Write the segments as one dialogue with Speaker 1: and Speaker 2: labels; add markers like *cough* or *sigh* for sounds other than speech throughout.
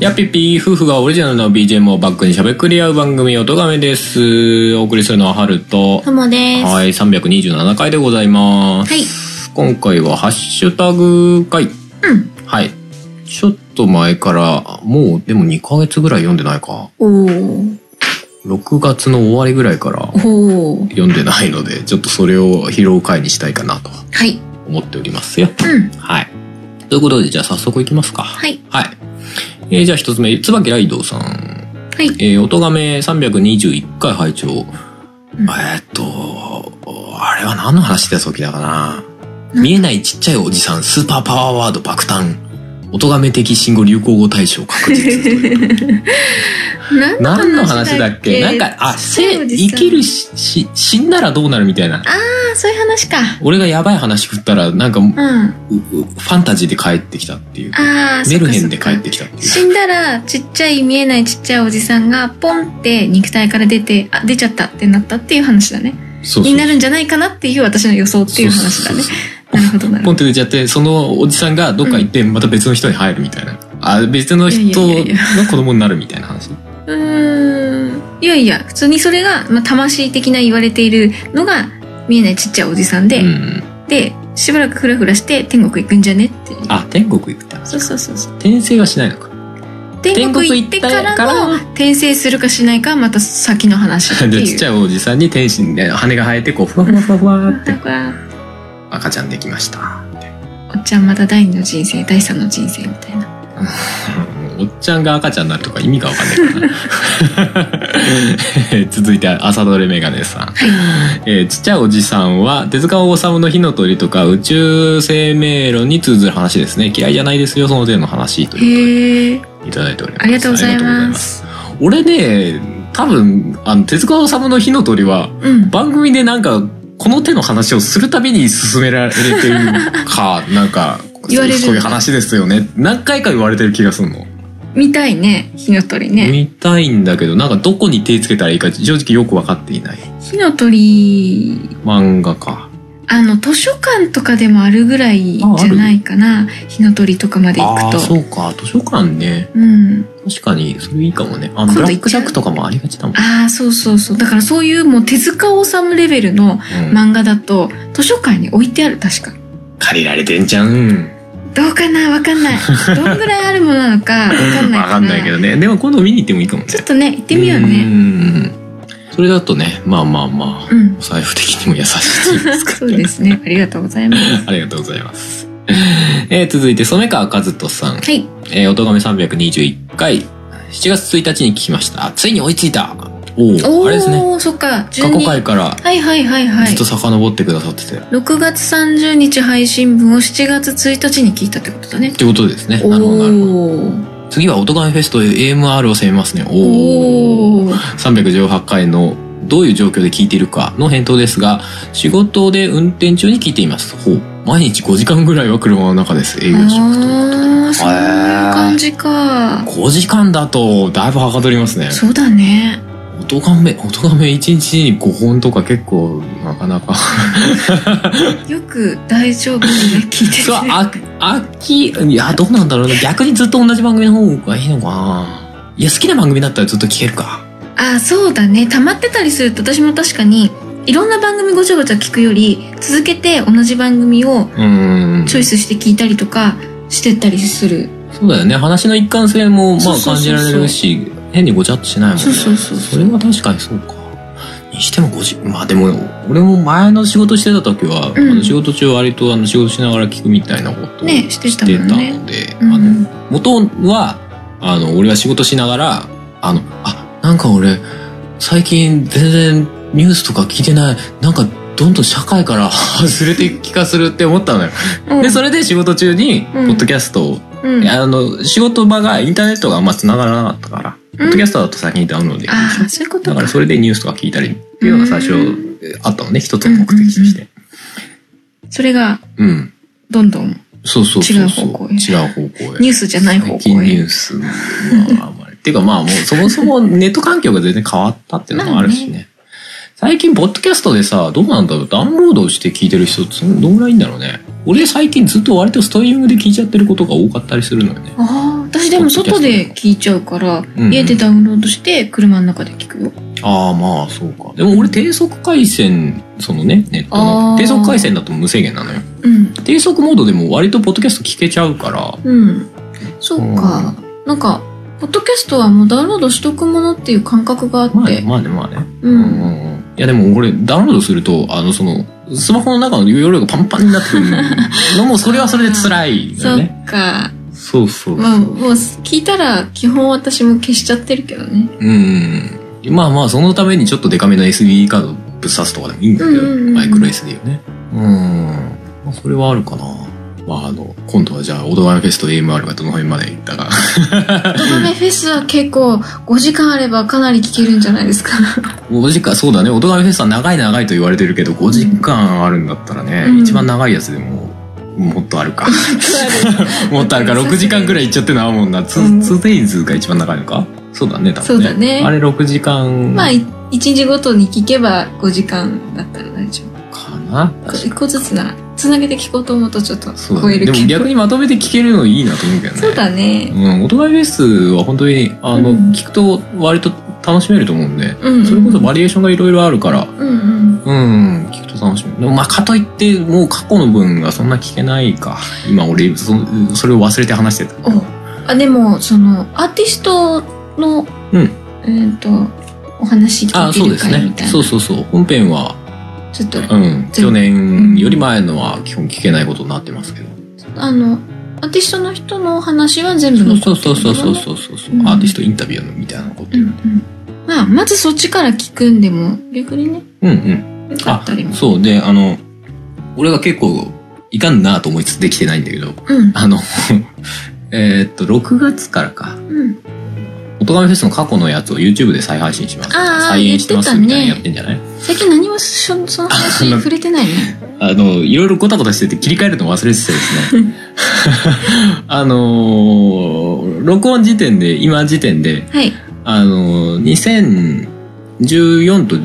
Speaker 1: やっぴっぴー夫婦がオリジナルの BGM をバックにしゃべくり合う番組「おとがめ」ですお送りするのはハルと
Speaker 2: ともです。は
Speaker 1: はい327回でございます、
Speaker 2: い。
Speaker 1: 今回は「ハッシュタグ回
Speaker 2: うん。」
Speaker 1: はいちょっと前からもうでも2ヶ月ぐらい読んでないか
Speaker 2: おー。
Speaker 1: 6月の終わりぐらいから
Speaker 2: おー。
Speaker 1: 読んでないのでちょっとそれを拾う回にしたいかなと
Speaker 2: はい。
Speaker 1: 思っておりますよ
Speaker 2: うん。
Speaker 1: はいということでじゃあ早速いきますかは
Speaker 2: はい。
Speaker 1: はい。えーじゃあ一つ目、椿ライドウさん。
Speaker 2: はい。
Speaker 1: *laughs* えー、音亀321回拝聴。
Speaker 2: うん
Speaker 1: えーっと、あれは何の話で時だかな。見えないちっちゃいおじさん、スーパーパワーワード爆誕。音亀的新語・流行語大賞確
Speaker 2: *laughs*
Speaker 1: 実という。何の話だっけなんか、あ、
Speaker 2: そう
Speaker 1: 生、
Speaker 2: です
Speaker 1: 生きるし、し、死んだらどうなるみたいな。
Speaker 2: あ、そういう話か。
Speaker 1: 俺がやばい話振ったら、なんか、う
Speaker 2: うん。あ
Speaker 1: うファンタジーで帰ってきたっていう。
Speaker 2: あー、
Speaker 1: メルヘ
Speaker 2: そ
Speaker 1: ンで
Speaker 2: っかそ
Speaker 1: 帰
Speaker 2: っか
Speaker 1: ってきたっていう。
Speaker 2: 死んだら、ちっちゃい見えないちっちゃいおじさんが、ポンって肉体から出て、あ、出ちゃったってなったっていう話だね。
Speaker 1: そうそうそう
Speaker 2: になるんじゃないかなっていう私の予想っていう話だね
Speaker 1: そう。
Speaker 2: なるほど、なる
Speaker 1: ポ
Speaker 2: ほ
Speaker 1: ンって出ちゃってそのおじさんがどっか行ってまた別の人に入るみたいな、あ別の人
Speaker 2: い
Speaker 1: の
Speaker 2: やいやいやい
Speaker 1: 子供になるみたいな話
Speaker 2: ど。うーん。いやいや、普通にそれが、まあ、魂的な言われているのが、見えないちっちゃいおじさんで、
Speaker 1: うん
Speaker 2: でしばらくフラフラして天国行くんじゃねっていう
Speaker 1: あ天国行くって話
Speaker 2: そうそうそうそう
Speaker 1: 転生はしないのか
Speaker 2: 天国行ってから
Speaker 1: 天国行
Speaker 2: の
Speaker 1: って
Speaker 2: 転生するかしないかはまた先の
Speaker 1: *laughs*
Speaker 2: 話って
Speaker 1: でち
Speaker 2: い
Speaker 1: っち
Speaker 2: う
Speaker 1: ゃいおじさんに天使ね羽が生えてこうふわふわふわふわって
Speaker 2: だから
Speaker 1: 赤ちゃんできましたって
Speaker 2: おっちゃんまた第二の人生第三の人生みたいな
Speaker 1: うんおっちゃんが赤ちゃんになるとか意味がわかんないから *laughs* な
Speaker 2: *laughs*
Speaker 1: 続いて朝どれメガネさん
Speaker 2: はい
Speaker 1: えーちっちゃいおじさんは手塚治虫の火の鳥とか宇宙生命論に通ずる話ですね嫌いじゃないですよその程度の話 *laughs* という
Speaker 2: へえ
Speaker 1: ことでいただいております
Speaker 2: ありがとうござい
Speaker 1: ありがとうござい
Speaker 2: ま
Speaker 1: ます
Speaker 2: す
Speaker 1: 俺ね多分あの手塚治虫の火の鳥は
Speaker 2: うん
Speaker 1: 番組でなんかこの手の話をするたびに進められてる
Speaker 2: *laughs*
Speaker 1: かなんか
Speaker 2: 言われる
Speaker 1: そういう話ですよね何回か言われてる気がするの、
Speaker 2: 見たいね火の鳥ね
Speaker 1: 見たいんだけどなんかどこに手つけたらいいか正直よく分かっていない
Speaker 2: 火の鳥
Speaker 1: 漫画か
Speaker 2: あの図書館とかでもあるぐらいじゃないかな火の鳥とかまで行
Speaker 1: ああー
Speaker 2: くと
Speaker 1: そうか図書館ね
Speaker 2: うん
Speaker 1: 確かにそれいいかもねあ
Speaker 2: 今
Speaker 1: の
Speaker 2: 度
Speaker 1: ブラ
Speaker 2: 行
Speaker 1: ッ
Speaker 2: っ
Speaker 1: ク
Speaker 2: ち
Speaker 1: ジ
Speaker 2: ゃ
Speaker 1: ャ
Speaker 2: う
Speaker 1: ックとかもありがちだもん、
Speaker 2: ああそうそうそうだからそういうもう手塚治虫レベルの
Speaker 1: うん
Speaker 2: 漫画だと図書館に置いてある確か
Speaker 1: 借りられてんじゃん
Speaker 2: どうかなわかんない
Speaker 1: *laughs*
Speaker 2: どんぐらいあるものなのかわかんない
Speaker 1: わかんないけどねでも今度見に行ってもいいかもね
Speaker 2: ちょっ
Speaker 1: っ
Speaker 2: とね行って
Speaker 1: て
Speaker 2: みようね
Speaker 1: それだとねまあまあまあ
Speaker 2: うん、
Speaker 1: お財布的にも優しいですか
Speaker 2: *laughs* そ
Speaker 1: ら
Speaker 2: う
Speaker 1: ね
Speaker 2: ですねありがとうございます
Speaker 1: ありがとうございます *laughs* えー続いて染川和人さん
Speaker 2: はい
Speaker 1: えー、おとがめ321回7月1日に聞きましたついに追いついたお
Speaker 2: お
Speaker 1: お
Speaker 2: お
Speaker 1: あれですね
Speaker 2: そっ
Speaker 1: 過
Speaker 2: か
Speaker 1: 去
Speaker 2: 12
Speaker 1: 回から
Speaker 2: はいはいはいは
Speaker 1: ず
Speaker 2: い
Speaker 1: っと遡ってくださってて、
Speaker 2: 6月30日配信分を7月1日に聞いたってことだね
Speaker 1: ってことですね
Speaker 2: お
Speaker 1: なるほどなるほど
Speaker 2: ー
Speaker 1: 次は音ガメフェスと AMR を攻めますね。おお。
Speaker 2: おー
Speaker 1: 318回のどういう状況で聞いているかの返答ですが、仕事で運転中に聞いています。ほう。毎日5時間ぐらいは車の中です。営業します
Speaker 2: あーそういう感じか
Speaker 1: 5時間だと、だいぶはかどりますね。
Speaker 2: そうだね
Speaker 1: 音ガメ、音ガメ1日に5本とか結構、なか
Speaker 2: *laughs*
Speaker 1: なか。
Speaker 2: よく大丈夫で聞いて
Speaker 1: そう、
Speaker 2: て
Speaker 1: あ、あき、いや、どうなんだろうな。逆にずっと同じ番組の方がいいのかな。いや、好きな番組だったらずっと聞けるか。
Speaker 2: あそうだね溜まってたりすると私も確かにいろんな番組ごちゃごちゃ聞くより続けて同じ番組
Speaker 1: う
Speaker 2: を
Speaker 1: ーん。
Speaker 2: チョイスして聞いたりとかしてったりする、
Speaker 1: そうだよね話の一貫性もま
Speaker 2: そう
Speaker 1: あ
Speaker 2: そうそうそう
Speaker 1: 感じられるし変にごちゃっとしないもんね
Speaker 2: そうそうそう
Speaker 1: それは確かにそうかにしても5時まあでも俺も前の仕事してた時は、
Speaker 2: うん
Speaker 1: あの仕事中割とあの仕事しながら聞くみたいなことを
Speaker 2: ねして
Speaker 1: したて
Speaker 2: も
Speaker 1: た
Speaker 2: んね
Speaker 1: ので、
Speaker 2: うん
Speaker 1: あの元はあの俺は仕事しながらあのあなんか俺最近全然ニュースとか聞いてないなんかどんどん社会から外れていく気がするって思ったのよ、
Speaker 2: うん
Speaker 1: でそれで仕事中にポ
Speaker 2: うん
Speaker 1: ッドキャストを
Speaker 2: うん
Speaker 1: あの、仕事場が、インターネットがあんま繋がらなかったから、ポッドキャストだと先にダウンロードできるでし
Speaker 2: あ
Speaker 1: ょ
Speaker 2: あそういうこと
Speaker 1: だ
Speaker 2: か
Speaker 1: からそれでニュースとか聞いたりっていうのが最初
Speaker 2: うん
Speaker 1: えあったのね一つの目的として
Speaker 2: それが
Speaker 1: うん、
Speaker 2: どんどん
Speaker 1: そうそうそうそう
Speaker 2: 違う方向へ
Speaker 1: 違う方向へ
Speaker 2: ニュースじゃない方
Speaker 1: 最近
Speaker 2: 向
Speaker 1: ニュ
Speaker 2: へ
Speaker 1: ースはあんまりっていうかまあもうそもそもネット環境が全然変わったっていうのもあるしね,、
Speaker 2: ま
Speaker 1: 最近ポッドキャストでさどうなんだろうダウンロードして聞いてる人つどんぐらいいんだろうね俺最近ずっと割とストリーミングで聞いちゃってることが多かったりするのよね
Speaker 2: ああ私でも外で聞いちゃうから、
Speaker 1: うん
Speaker 2: 家でダウンロードして車の中で聞くよ
Speaker 1: ああまあそうかでも俺低速回線そのねネット
Speaker 2: あ
Speaker 1: の
Speaker 2: ー
Speaker 1: 低速回線だと無制限なのよ
Speaker 2: うん
Speaker 1: 低速モードでも割とポッドキャスト聞けちゃうから
Speaker 2: うんそうか、なんかポッドキャストはもうダウンロードしとくものっていう感覚があって、
Speaker 1: まあねまあねまあね
Speaker 2: う
Speaker 1: うん
Speaker 2: ん
Speaker 1: うんうんいやでも俺ダウンロードするとあのそのスマホの中の容量がパンパンになってくるのもそれはそれで辛い
Speaker 2: そ
Speaker 1: よ
Speaker 2: っ *laughs*
Speaker 1: ね
Speaker 2: か、
Speaker 1: そうそうそう、
Speaker 2: まあもう聞いたら基本私も消しちゃってるけど
Speaker 1: *laughs*
Speaker 2: ね
Speaker 1: うんうんまあまあそのためにちょっとデカめの SD カードぶっ刺すとかでもいいんだけど、
Speaker 2: うんうんうん
Speaker 1: マイクロ SD をねうんまあそれはあるかなまああの今度はじゃあオドガメフェスト AMR がどの辺まで行ったか
Speaker 2: ドガメフェスは結構5時間あればかなり聞けるんじゃな
Speaker 1: *laughs*
Speaker 2: いですか。
Speaker 1: 5時間そうだねオドガメフェストは長い長いと言われてるけど5時間あるんだったらね、
Speaker 2: うん
Speaker 1: 一番長いやつでももっとあ
Speaker 2: *laughs*
Speaker 1: るかもっとあるから6時間くらいいっちゃってなもんなツ
Speaker 2: うん
Speaker 1: 2days が一番長いのかそうだね多分ね
Speaker 2: そうだね
Speaker 1: あれ6時間
Speaker 2: まあ、い一日ごとに聞けば5時間だったら大丈夫。
Speaker 1: かな確か
Speaker 2: 一個ずつなら、つなげて聞こうと思うとちょっと
Speaker 1: そう
Speaker 2: 超
Speaker 1: だ
Speaker 2: え
Speaker 1: ね
Speaker 2: る
Speaker 1: でも
Speaker 2: けど。
Speaker 1: 逆にまとめて聞けるのいいなと思うけどね
Speaker 2: そうだね。
Speaker 1: うん、オトガイフェスは本当にあの、
Speaker 2: うん
Speaker 1: 聞くと割と楽しめると思うんで、
Speaker 2: うん、うん。
Speaker 1: それこそバリエーションがいろいろあるから
Speaker 2: うんうん。
Speaker 1: うん聞くと楽しめるでもまあかといってもう過去の分がそんな聞けないか今俺そそれを忘れて話してた
Speaker 2: おあ、でも、その、アーティストの、
Speaker 1: うん
Speaker 2: えっと、お話聞
Speaker 1: あ
Speaker 2: い
Speaker 1: そ
Speaker 2: て
Speaker 1: う
Speaker 2: る
Speaker 1: です
Speaker 2: 会み
Speaker 1: ね
Speaker 2: たいな。
Speaker 1: そうそうそう本編は
Speaker 2: ちょっと、
Speaker 1: うん、
Speaker 2: 全部
Speaker 1: 去年より前のは基本聞けないことになってますけど。
Speaker 2: あの、アーティストの人のお話は全部残って
Speaker 1: そう
Speaker 2: る
Speaker 1: そうそうそう
Speaker 2: う。
Speaker 1: そうそうそう、
Speaker 2: うん
Speaker 1: アーティストインタビューのみたいなこと。
Speaker 2: うんうん。まあ、まずそっちから聞くんでも、逆にね、
Speaker 1: うんうん。
Speaker 2: よかったりも。
Speaker 1: そうで、あの、俺が結構いかんなと思いつつできてないんだけど、
Speaker 2: うん。
Speaker 1: あの、 *laughs* えーっと、6月からか、
Speaker 2: うん。
Speaker 1: おとがめフェスの過去のやつを YouTube で再配信します。
Speaker 2: あー
Speaker 1: 再演してますみたいなのや
Speaker 2: 言
Speaker 1: っ
Speaker 2: っ
Speaker 1: ててんじゃない、
Speaker 2: 最近何もそその話
Speaker 1: あの
Speaker 2: 触れてない
Speaker 1: *laughs*
Speaker 2: ね。
Speaker 1: あの、いろいろごたごたしてて切り替えるの忘れててです
Speaker 2: *laughs*
Speaker 1: ね。あのー録音時点で、今時点で、
Speaker 2: はい。
Speaker 1: あの、2014と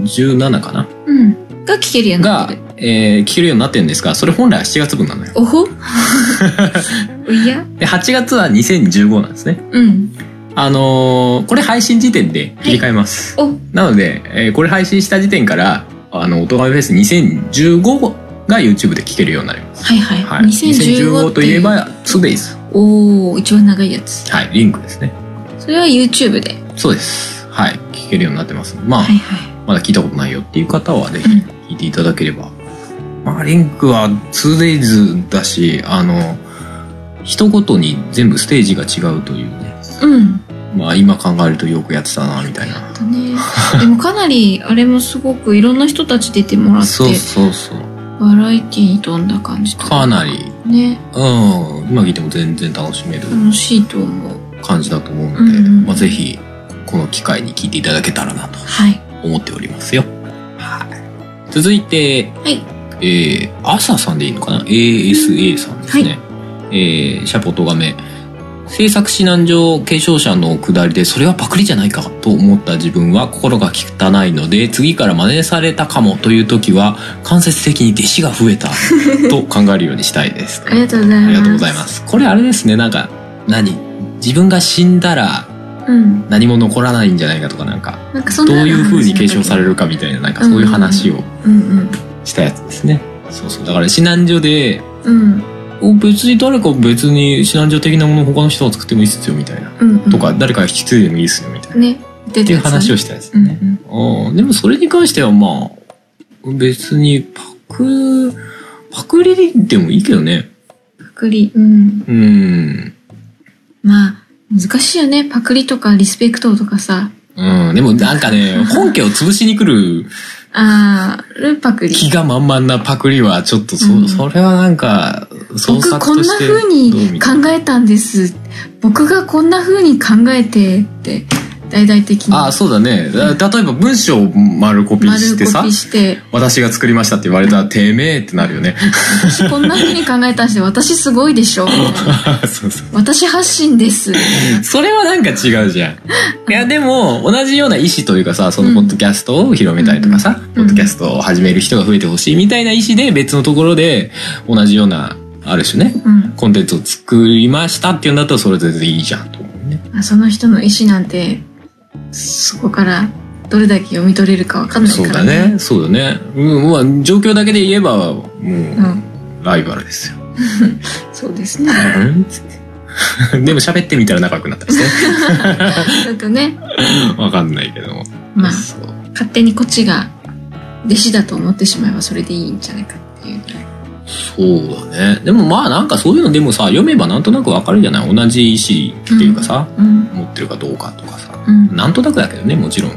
Speaker 1: 17かな
Speaker 2: うん。が聞けるようになっ
Speaker 1: が
Speaker 2: てる。、
Speaker 1: えー聞けるようになってるんですが、それ本来は7月分なのよ。*laughs*
Speaker 2: おほおや
Speaker 1: で、8月は2015なんですね。
Speaker 2: うん。
Speaker 1: あのーこれ配信時点で切り替えます。
Speaker 2: お、
Speaker 1: なので、えーこれ配信した時点から、あの、おとがめフェス2015が YouTube で聞けるようになります。
Speaker 2: はいはい。
Speaker 1: はい。
Speaker 2: 2015
Speaker 1: 2015
Speaker 2: と
Speaker 1: と
Speaker 2: い
Speaker 1: いえ
Speaker 2: えば。
Speaker 1: ば 2days。
Speaker 2: おー、一番長いやつ。
Speaker 1: はい、リンクですね。
Speaker 2: それは YouTube で。
Speaker 1: そうです。はい、聞けるようになってます。まあ、
Speaker 2: はいは
Speaker 1: まだ聞いたことないよっていう方はぜひ
Speaker 2: うん
Speaker 1: 聞いていただければ。まあ、リンクは 2days だし、あの、一ごとに全部ステージが違うというね。
Speaker 2: い。うん。
Speaker 1: まあ、今考えるとよくやってたな、みたいな。
Speaker 2: だ
Speaker 1: *laughs*
Speaker 2: ね。でもかなり、あれもすごくいろんな人たち出てもらって、
Speaker 1: そうそうそう。
Speaker 2: バラエティに飛んだ感じと
Speaker 1: かな。り、
Speaker 2: ね。
Speaker 1: うん、今聞いても全然楽しめる
Speaker 2: 楽しいと思う。
Speaker 1: 感じだと思うので、
Speaker 2: うんうん
Speaker 1: まあ、ぜひ、この機会に聞いていただけたらなと
Speaker 2: はい。
Speaker 1: 思っておりますよ。はい。続いて、
Speaker 2: はい。
Speaker 1: えー、朝さんでいいのかな ?ASA さんですね。えー、シャポトガメ。制作指南上継承者の下りで、それはパクリじゃないかと思った自分は心が汚いので、次から真似されたかもという時は、間接的に弟子が増えたと考えるようにしたい
Speaker 2: *laughs*
Speaker 1: です。
Speaker 2: ありがとうございます。
Speaker 1: ありがとうございます。これあれですね、なんか、何自分が死んだら
Speaker 2: す。うん。
Speaker 1: 何も残らないんじゃないかとか、なんか、
Speaker 2: なんかそん
Speaker 1: どう
Speaker 2: な
Speaker 1: いう風に継承される
Speaker 2: か。
Speaker 1: かみたいな、なんかそういう話を
Speaker 2: うん
Speaker 1: したやつですね。そうそう。だから指南所で、
Speaker 2: うん。うん。
Speaker 1: お別に誰か別に指南所的なもの他の人が作ってもいいっすよみたいな。
Speaker 2: うんうん
Speaker 1: とか、誰か引き継いでもいいっすよみたいな。っ
Speaker 2: ね出
Speaker 1: ていう
Speaker 2: やつね
Speaker 1: 話をしたやつ
Speaker 2: うんう
Speaker 1: ね。
Speaker 2: ん
Speaker 1: うん。でもそれに関してはまあ、別にパク、パクリでもいいけどね。
Speaker 2: パクリうん
Speaker 1: うん。
Speaker 2: まあ難しいよねパクリとかリスペクトとかさ
Speaker 1: うん。でもなんか
Speaker 2: *laughs*
Speaker 1: ね、本家を潰しに来る
Speaker 2: あールパクリ
Speaker 1: 気が満々なパクリはちょっとそ、
Speaker 2: うん
Speaker 1: それはなんか、創
Speaker 2: 僕
Speaker 1: 作
Speaker 2: こん
Speaker 1: と
Speaker 2: な
Speaker 1: して
Speaker 2: 風
Speaker 1: どうみ
Speaker 2: に
Speaker 1: たい
Speaker 2: 考えたんです僕がこんな風に考えてって大々的に
Speaker 1: ああ、そうだね。だ例えば文章を丸コピー
Speaker 2: 丸
Speaker 1: して
Speaker 2: コ
Speaker 1: さ
Speaker 2: ピー、して
Speaker 1: 私が作りましたって言われたら、てめえってなる
Speaker 2: *laughs*
Speaker 1: よね。
Speaker 2: 私こんな風に考えたんですよ私すごいでしょみたいな
Speaker 1: そうそう。
Speaker 2: 私発信です
Speaker 1: それはなんか違うじゃん。いや、でも、同じような意思というかさ、そのポッドキャストを広めたりとかさ、
Speaker 2: ん
Speaker 1: ポッドキャストを始める人が増えてほしいみたいな意思で、別のところで、同じような、ある種ね、
Speaker 2: うん
Speaker 1: コンテンツを作りましたっていうんだったら、それでいいじゃんと思うね。
Speaker 2: まあその人の意思なんてそこからどれだけ読み取れるかわかんない
Speaker 1: そう
Speaker 2: か
Speaker 1: だ
Speaker 2: らね
Speaker 1: ね。そうだね。うん、まあ、状況だけで言えば、も
Speaker 2: う
Speaker 1: う、
Speaker 2: ん
Speaker 1: ライバルですよ。 *laughs*
Speaker 2: そうですね
Speaker 1: うんつって。でも喋ってみたら仲良くなったり
Speaker 2: *laughs*
Speaker 1: して。
Speaker 2: ちょっとね
Speaker 1: わかんないけども。
Speaker 2: まあ
Speaker 1: そう
Speaker 2: 勝手にこっちが弟子だと思ってしまえばそれでいいんじゃないかっていうぐらい
Speaker 1: そうだね。でもまあなんかそういうのでもさ、読めばなんとなくわかるじゃない同じ意思っていうかさ、
Speaker 2: うん
Speaker 1: 持ってるかどうかとかさ。
Speaker 2: うん
Speaker 1: なんとなくだけどね、もちろん。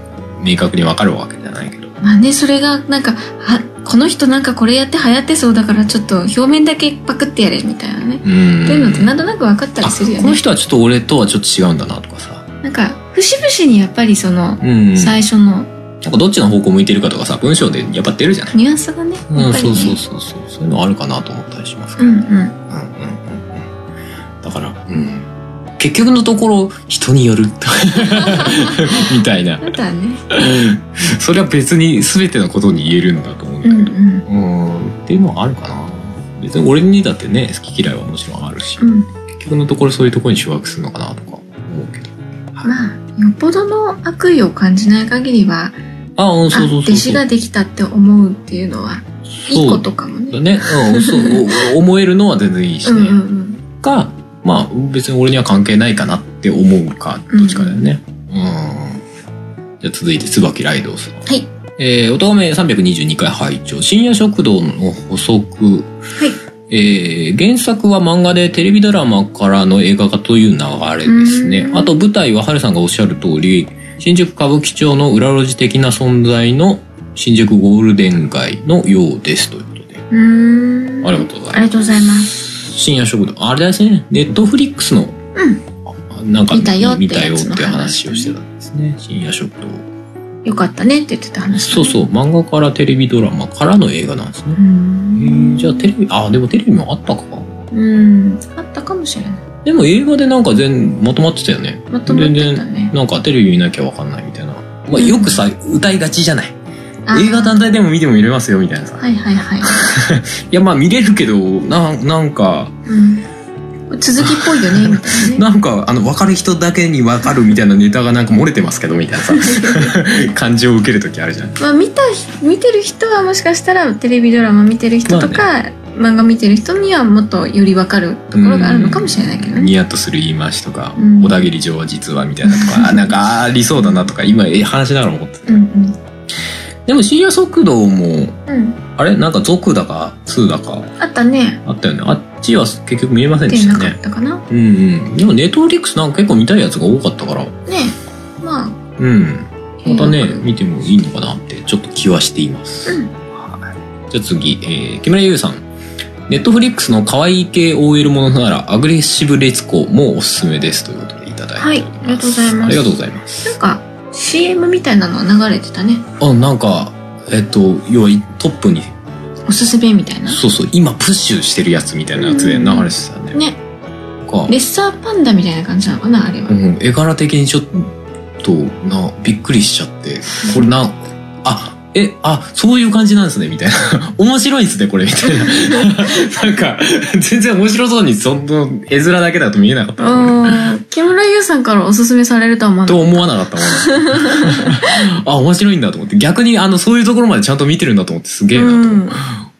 Speaker 1: 明確にわかるわけじゃないけど。
Speaker 2: まあねそれがなんかあこの人なんかこれやって流行ってそうだからちょっと表面だけパクってやれみたいなね
Speaker 1: うん。
Speaker 2: っていうのってなんとなく分かったりするよ
Speaker 1: あこの
Speaker 2: ね
Speaker 1: 人はちょっと俺とはちょっと違うんだなとかさ。
Speaker 2: なんか節々にやっぱりその
Speaker 1: うん。なん
Speaker 2: 最初の
Speaker 1: かどっちの方向向いてるかとかさ、文章でやっぱ出るじゃない。
Speaker 2: ニュアンスがね
Speaker 1: う
Speaker 2: や
Speaker 1: ん、
Speaker 2: っぱり
Speaker 1: そうそう
Speaker 2: ね
Speaker 1: そうそう。そういうのあるかなと思ったりしますけ
Speaker 2: う
Speaker 1: ど。
Speaker 2: んう
Speaker 1: う
Speaker 2: ん
Speaker 1: んうんうんうんだから、うん、結局のところ人によるみたいな
Speaker 2: あとはね
Speaker 1: それは別に全てのことに言えるんだと思うんだけ
Speaker 2: うんう
Speaker 1: ど、
Speaker 2: ん
Speaker 1: うん、っていうのはあるかな別に俺にだってね好き嫌いはもちろんあるし、
Speaker 2: うん
Speaker 1: 結局のところそういうところに集約するのかなとか思うけど
Speaker 2: まあよっぽどの悪意を感じない限りは
Speaker 1: あうん
Speaker 2: あ
Speaker 1: そうそうそ
Speaker 2: 弟
Speaker 1: う
Speaker 2: 子
Speaker 1: そ
Speaker 2: が
Speaker 1: う
Speaker 2: できたって思うっていうのはいいことかも
Speaker 1: だね、
Speaker 2: ね
Speaker 1: うん、そうお思えるのは全然いいし
Speaker 2: うん
Speaker 1: ね、
Speaker 2: うんうん
Speaker 1: かまあ別に俺には関係ないかなって思うかどっちかだよねうんじゃあ続いて椿ライドウさん
Speaker 2: はい
Speaker 1: えー、おとがめ322回拝聴深夜食堂の補足えー原作は漫画でテレビドラマからの映画化という流れですね
Speaker 2: うん
Speaker 1: あと舞台は春さんがおっしゃる通り新宿歌舞伎町の裏路地的な存在の新宿ゴールデン街のようですということで
Speaker 2: うーん
Speaker 1: ありがとうございます
Speaker 2: ありがとうございます
Speaker 1: 深夜食堂あれですねネットフリックスの、あなんか
Speaker 2: 見たよって
Speaker 1: 見たよって
Speaker 2: やつの話
Speaker 1: 話をしてたんですね深夜食堂
Speaker 2: よかったねって言ってた話
Speaker 1: そうそう漫画からテレビドラマからの映画なんですね
Speaker 2: うーん
Speaker 1: じゃあテレビあでもテレビもあったか
Speaker 2: うんあったかもしれない
Speaker 1: でも映画でなんか全まとまってたよね
Speaker 2: まとまってたね
Speaker 1: なんかテレビ見なきゃわかんないみたいな、まあ、
Speaker 2: うん
Speaker 1: よくさ、歌いがちじゃない
Speaker 2: あー
Speaker 1: 映画単体でも見ても見れますよみたいなさ、
Speaker 2: はいはいはい、
Speaker 1: い、やまあ見れるけどななんか
Speaker 2: うん、続きっぽいよねみた
Speaker 1: *laughs*
Speaker 2: いな
Speaker 1: な
Speaker 2: ね
Speaker 1: んかあの分かる人だけに分かるみたいなネタがなんか漏れてますけどみたいな
Speaker 2: *laughs*
Speaker 1: さ感じを受ける時あるじゃん
Speaker 2: まあ見た見てる人はもしかしたらテレビドラマ見てる人とか、漫画見てる人にはもっとよりわかるところがあるのかもしれないけどね
Speaker 1: ニヤッとする言い回しとか、
Speaker 2: うん
Speaker 1: 小田切城は実はみたいなと
Speaker 2: *laughs*
Speaker 1: か、あなんかありそうだなとか、今え話しながら思ってた。
Speaker 2: うん
Speaker 1: でも深夜速度も、
Speaker 2: うんうん
Speaker 1: あれなんか族だか、通だか、
Speaker 2: あったね
Speaker 1: あったよね。あっちは結局見えませんで
Speaker 2: 出
Speaker 1: し
Speaker 2: な
Speaker 1: た
Speaker 2: かっ
Speaker 1: ね。
Speaker 2: たかなね
Speaker 1: うんうん。でもネットフリックスなんか結構見たいやつが多かったから、
Speaker 2: まあ
Speaker 1: うん。またね、
Speaker 2: 映画
Speaker 1: 見てもいいのかなって、ちょっと気はしています。
Speaker 2: うん
Speaker 1: はいじゃあ次、えー、木村優さん。ネットフリックスの可愛い系 OL ものなら、アグレッシブレツコもおすすめですということでいただいております。
Speaker 2: はいありがとうございます
Speaker 1: ありがとうございます。
Speaker 2: なんか CM みたいなのは流れてたね
Speaker 1: あ、なんか、えっと、要はトップに、
Speaker 2: おすすめみたいな
Speaker 1: そうそう、今プッシュしてるやつみたいなやつで流れてたね。
Speaker 2: ね
Speaker 1: なんか、
Speaker 2: レッサーパンダみたいな感じなのかなあれは、
Speaker 1: うん、絵柄的にちょっと、な、びっくりしちゃって、これな、あ、え、あ、そういう感じなんですね、みたいな。 *laughs* 面白いですね、これ、みたい *laughs* な。なんか、全然面白そうに、そんな絵面だけだと見えなかった。
Speaker 2: あー木村優さんからおすすめされるとは思わな
Speaker 1: と
Speaker 2: い
Speaker 1: 思わなか *laughs* ったもん。あ、面白いんだと思って。逆に、あの、そういうところまでちゃんと見てるんだと思って、すげえなと
Speaker 2: うん、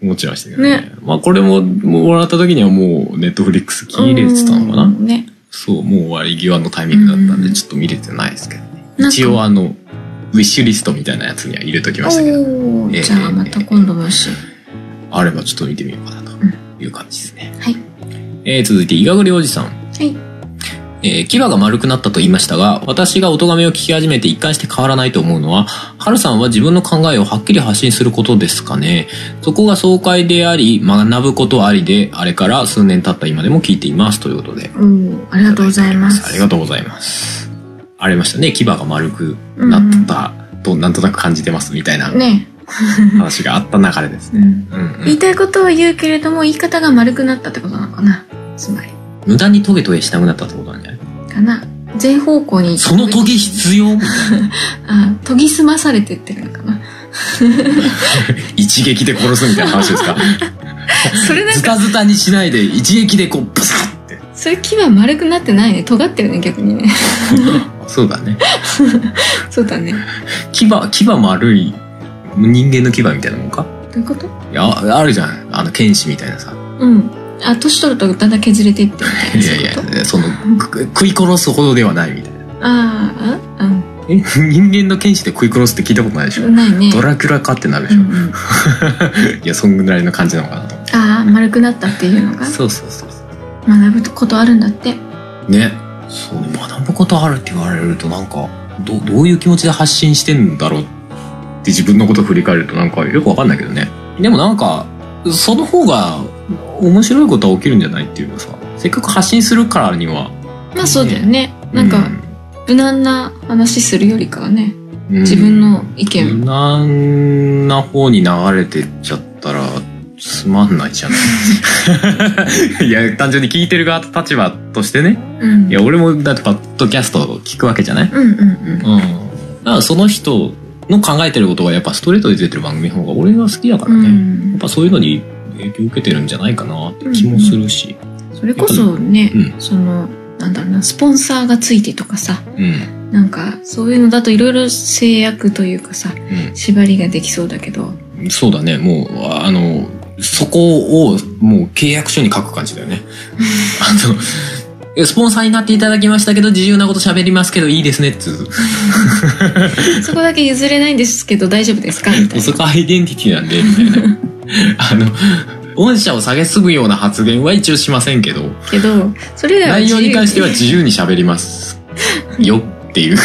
Speaker 1: 思っちゃいましたけどね。まあ、これも、もらった時にはもう、ネットフリックス切れてたのかな。
Speaker 2: うんね
Speaker 1: そう、もう終わり際のタイミングだったん
Speaker 2: う
Speaker 1: で、
Speaker 2: ん
Speaker 1: ちょっと見れてないですけどね。
Speaker 2: なんか
Speaker 1: 一応あの、ウィッシュリストみたいなやつには入れときましたけど、
Speaker 2: おー
Speaker 1: ええ
Speaker 2: じゃあまた今度もし、
Speaker 1: あればちょっと見てみようかなという感じですね。
Speaker 2: はい
Speaker 1: えー、続いて、いがぐりおじさん。
Speaker 2: はい
Speaker 1: えー牙が丸くなったと言いましたが、私が音亀を聞き始めて一貫して変わらないと思うのは、ハルさんは自分の考えをはっきり発信することですかね。そこが爽快であり、学ぶことありで、あれから数年経った今でも聞いています。ということで。
Speaker 2: おーありがとうございます。
Speaker 1: ありがとうございます。ありましたね。牙が丸くなったと、なんとなく感じてますみたいな
Speaker 2: ね
Speaker 1: 話があった流れです
Speaker 2: え、う
Speaker 1: ね。
Speaker 2: ん、
Speaker 1: うんうん
Speaker 2: 言いたいことは言うけれども、言い方が丸くなったってことなのかなつまり。
Speaker 1: 無駄にトゲトゲしなくなったってことなんじゃない
Speaker 2: かな全方向に。
Speaker 1: そのトゲ必要みたいな
Speaker 2: あ、研ぎ澄まされてってるの
Speaker 1: *laughs*
Speaker 2: かな。
Speaker 1: 一撃で殺すみ *laughs* たいな話ですか
Speaker 2: それなん
Speaker 1: ズ
Speaker 2: か、
Speaker 1: タズタにしないで一撃でこうブサッて
Speaker 2: それ牙丸くなってないね。尖ってるね、逆にね。 *laughs*
Speaker 1: *laughs* そうだね
Speaker 2: そうだね。
Speaker 1: 牙牙丸い人間の牙みたいなもんか
Speaker 2: どういうこと
Speaker 1: いやあるじゃんあの剣士みたいなさ
Speaker 2: うん。あ、年取るとだんだん削れていってみたい
Speaker 1: い
Speaker 2: な。
Speaker 1: やい
Speaker 2: そういうこ
Speaker 1: やそのく食い殺すほどではないみたいな
Speaker 2: とああ、うん
Speaker 1: え人間の剣士で食い殺すって聞いたことないでしょ、
Speaker 2: ないね。
Speaker 1: ドラキュラかってなるで
Speaker 2: う
Speaker 1: しょ、
Speaker 2: んうん、
Speaker 1: いやそんぐらいの感じなのかなと思って
Speaker 2: ああ、丸くなったっていうのが
Speaker 1: そうそうそうそう
Speaker 2: 学ぶことあるんだって。
Speaker 1: ねそうね学ぶことあるって言われるとなんかどどういう気持ちで発信してんだろうって自分のこと振り返るとなんかよくわかんないけどねでもなんかその方が面白いことは起きるんじゃないっていうかさせっかく発信するからには
Speaker 2: まあそうだよね。なんか、無難な話するよりかはね、
Speaker 1: うん
Speaker 2: 自分の意見。
Speaker 1: 無難な方に流れてっちゃったらつまんないじゃない *laughs* いや単純に聞いてる側と立場としてね
Speaker 2: うん。
Speaker 1: いや俺もだってパッドキャストを聞くわけじゃない
Speaker 2: うんうんうん。
Speaker 1: うん。だからその人の考えてることがやっぱストレートで出てる番組の方が俺は好きだからね。やっぱそういうのに影響受けてるんじゃないかなって気もするし。
Speaker 2: うん、それこそね、
Speaker 1: うん
Speaker 2: そのなんだろうなスポンサーがついてとかさ
Speaker 1: うん。うん。
Speaker 2: なんかそういうのだといろいろ制約というかさ縛りができそうだけど
Speaker 1: そうだね。もう、あの、そこをもう契約書に書く感じだよね。あの、えスポンサーになっていただきましたけど、自由なこと喋りますけど、いいですねっつう。
Speaker 2: そこだけ譲れないんですけど大丈夫ですかみたい
Speaker 1: そ
Speaker 2: な。
Speaker 1: こアイデンティティなんで、みたい *laughs* な。あの、御社を下げすぐような発言は一応しませんけど、
Speaker 2: けどそれらは
Speaker 1: 内
Speaker 2: 自由
Speaker 1: 容に関しては自由に喋りますよって
Speaker 2: *laughs*
Speaker 1: いう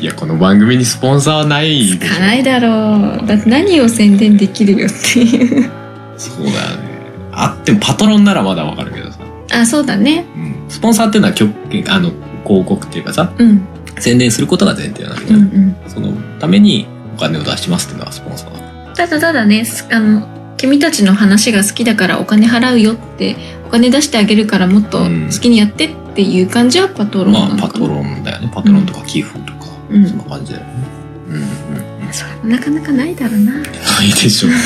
Speaker 1: いやこの番組にスポンサーはない
Speaker 2: つかないだろうだって何を宣伝できるよっていう
Speaker 1: そうだねあってもパトロンならまだわかるけどさ、
Speaker 2: あそうだね
Speaker 1: うん、スポンサーっていうのは極あの広告っていうかさ
Speaker 2: うん
Speaker 1: 宣伝することが前提なわけ
Speaker 2: う
Speaker 1: じゃ、
Speaker 2: んうんん
Speaker 1: そのためにお金を出しますっていうのはスポンサーだ
Speaker 2: ただただねすあの君たちの話が好きだからお金払うよってお金出してあげるからもっと
Speaker 1: うん
Speaker 2: 好きにやってっていう感じはパトロンな
Speaker 1: まあ
Speaker 2: の
Speaker 1: パ
Speaker 2: か
Speaker 1: ト
Speaker 2: な、
Speaker 1: ロンだよねパトロンとか寄付とか、
Speaker 2: うん
Speaker 1: そんな感じだよねうんうんうん
Speaker 2: それもなかなかないだろうな
Speaker 1: *laughs* ないでしょうね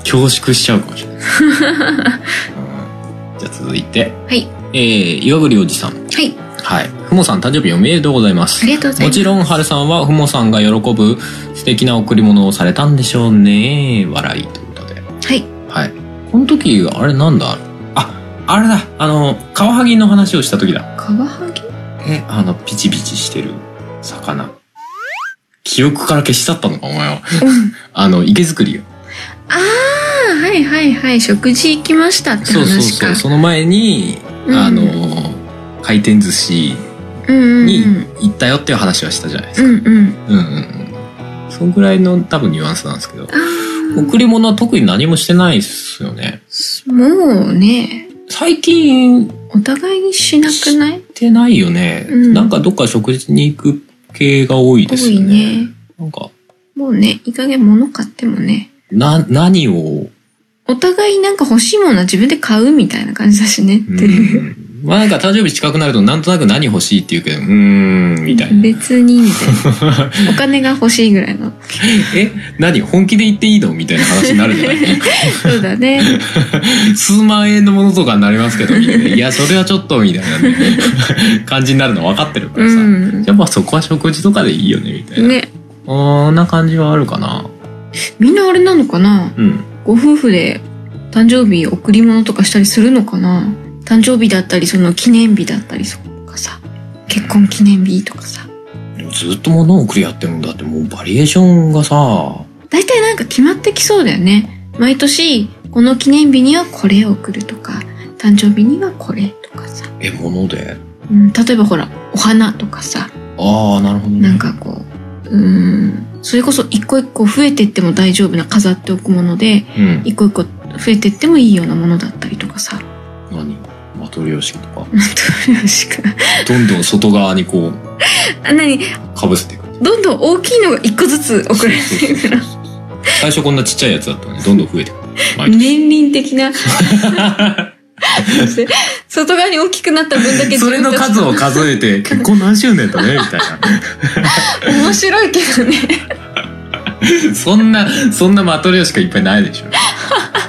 Speaker 1: 恐縮しちゃうかもしれない、
Speaker 2: *laughs*
Speaker 1: うんじゃあ続いて
Speaker 2: はい
Speaker 1: えー、岩栗おじさん。
Speaker 2: はい
Speaker 1: はい。ふもさん、誕生日おめでとうございます
Speaker 2: あ。りがとうござい
Speaker 1: も
Speaker 2: ます
Speaker 1: ちろん、はるさんは、ふもさんが喜ぶ素敵な贈り物をされたんでしょうね。笑い。ということで。
Speaker 2: はい
Speaker 1: はい。この時、あれなんだあ、あれだ。あの、カワハギの話をした時だ。
Speaker 2: カワハギ
Speaker 1: え、あの、ピチピチしてる魚。記憶から消し去ったのか、お前は。あの、池作りよ。
Speaker 2: ああはいはいはい食事行きましたって
Speaker 1: そうそう
Speaker 2: 話
Speaker 1: そ
Speaker 2: か
Speaker 1: う。その前に、
Speaker 2: うん
Speaker 1: あの、回転寿司
Speaker 2: うんうん
Speaker 1: に行ったよっていう話はしたじゃないですか
Speaker 2: うんうんうん
Speaker 1: うんうんうん。そんぐらいの多分ニュアンスなんですけど。
Speaker 2: あー
Speaker 1: 贈り物は特に何もしてないっすよね。
Speaker 2: もうね
Speaker 1: 最近行っ
Speaker 2: お互いにしなくない
Speaker 1: てないよね。
Speaker 2: うん
Speaker 1: なんかどっか食事に行く系が多いで
Speaker 2: 多
Speaker 1: す
Speaker 2: い
Speaker 1: よね。
Speaker 2: ね
Speaker 1: なんか、
Speaker 2: もうねいい加減物買ってもね
Speaker 1: な、何を、
Speaker 2: お互いなんか欲しいものは自分で買うみたいな感じだしね *laughs* って
Speaker 1: う
Speaker 2: いう。
Speaker 1: ん。まあなんか誕生日近くなるとなんとなく何欲しいって言うけど、うーん、みたいな。
Speaker 2: 別にみたいな。お金が欲しいぐらいの。
Speaker 1: え、何本気で言っていいのみたいな話になるじゃない
Speaker 2: そうだね。
Speaker 1: 数万円のものとかになります *laughs* けど、みたいな。いや、それはちょっと、みたいなね、 *laughs* 感じになるの分かってるか
Speaker 2: う
Speaker 1: らさ。
Speaker 2: ん。
Speaker 1: やっぱそこは食事とかでいいよねみたいな。
Speaker 2: ね。
Speaker 1: あんな感じはあるかな。
Speaker 2: みんなあれなのかな
Speaker 1: うん。
Speaker 2: ご夫婦で誕生日贈り物とかしたりするのかな誕生日だったり、その記念日だったりとかさ。結婚記念日とかさ。
Speaker 1: でもずっと物を送り合ってるんだってもうバリエーションがさ、
Speaker 2: 大体なんか決まってきそうだよね。毎年この記念日にはこれを送るとか誕生日にはこれとかさ、
Speaker 1: え、物で
Speaker 2: うん、例えばほらお花とかさ
Speaker 1: ああ、なるほどね。
Speaker 2: なんかこううーんそれこそ一個一個増えてっても大丈夫な飾っておくもので
Speaker 1: うん。
Speaker 2: 一個一個増えてってもいいようなものだったりとかさ
Speaker 1: 何マトリョーシカとか。
Speaker 2: どれをしか
Speaker 1: どんどん外側にこう、
Speaker 2: あ何
Speaker 1: かぶせ
Speaker 2: *laughs*
Speaker 1: ていく。
Speaker 2: どんどん大きいのが一個ずつ送られていくから
Speaker 1: 最初こんなちっちゃいやつだったのに、どんどん増えていく。毎年
Speaker 2: 年輪的
Speaker 1: *laughs*
Speaker 2: なそして外側に大きくなった分だけ
Speaker 1: それの数を数え
Speaker 2: *laughs*
Speaker 1: て、結婚何周年だね、みたい
Speaker 2: 面白いけどね
Speaker 1: な。そんな、そんなマトリョーシカいっぱいない
Speaker 2: *laughs*
Speaker 1: でしょ。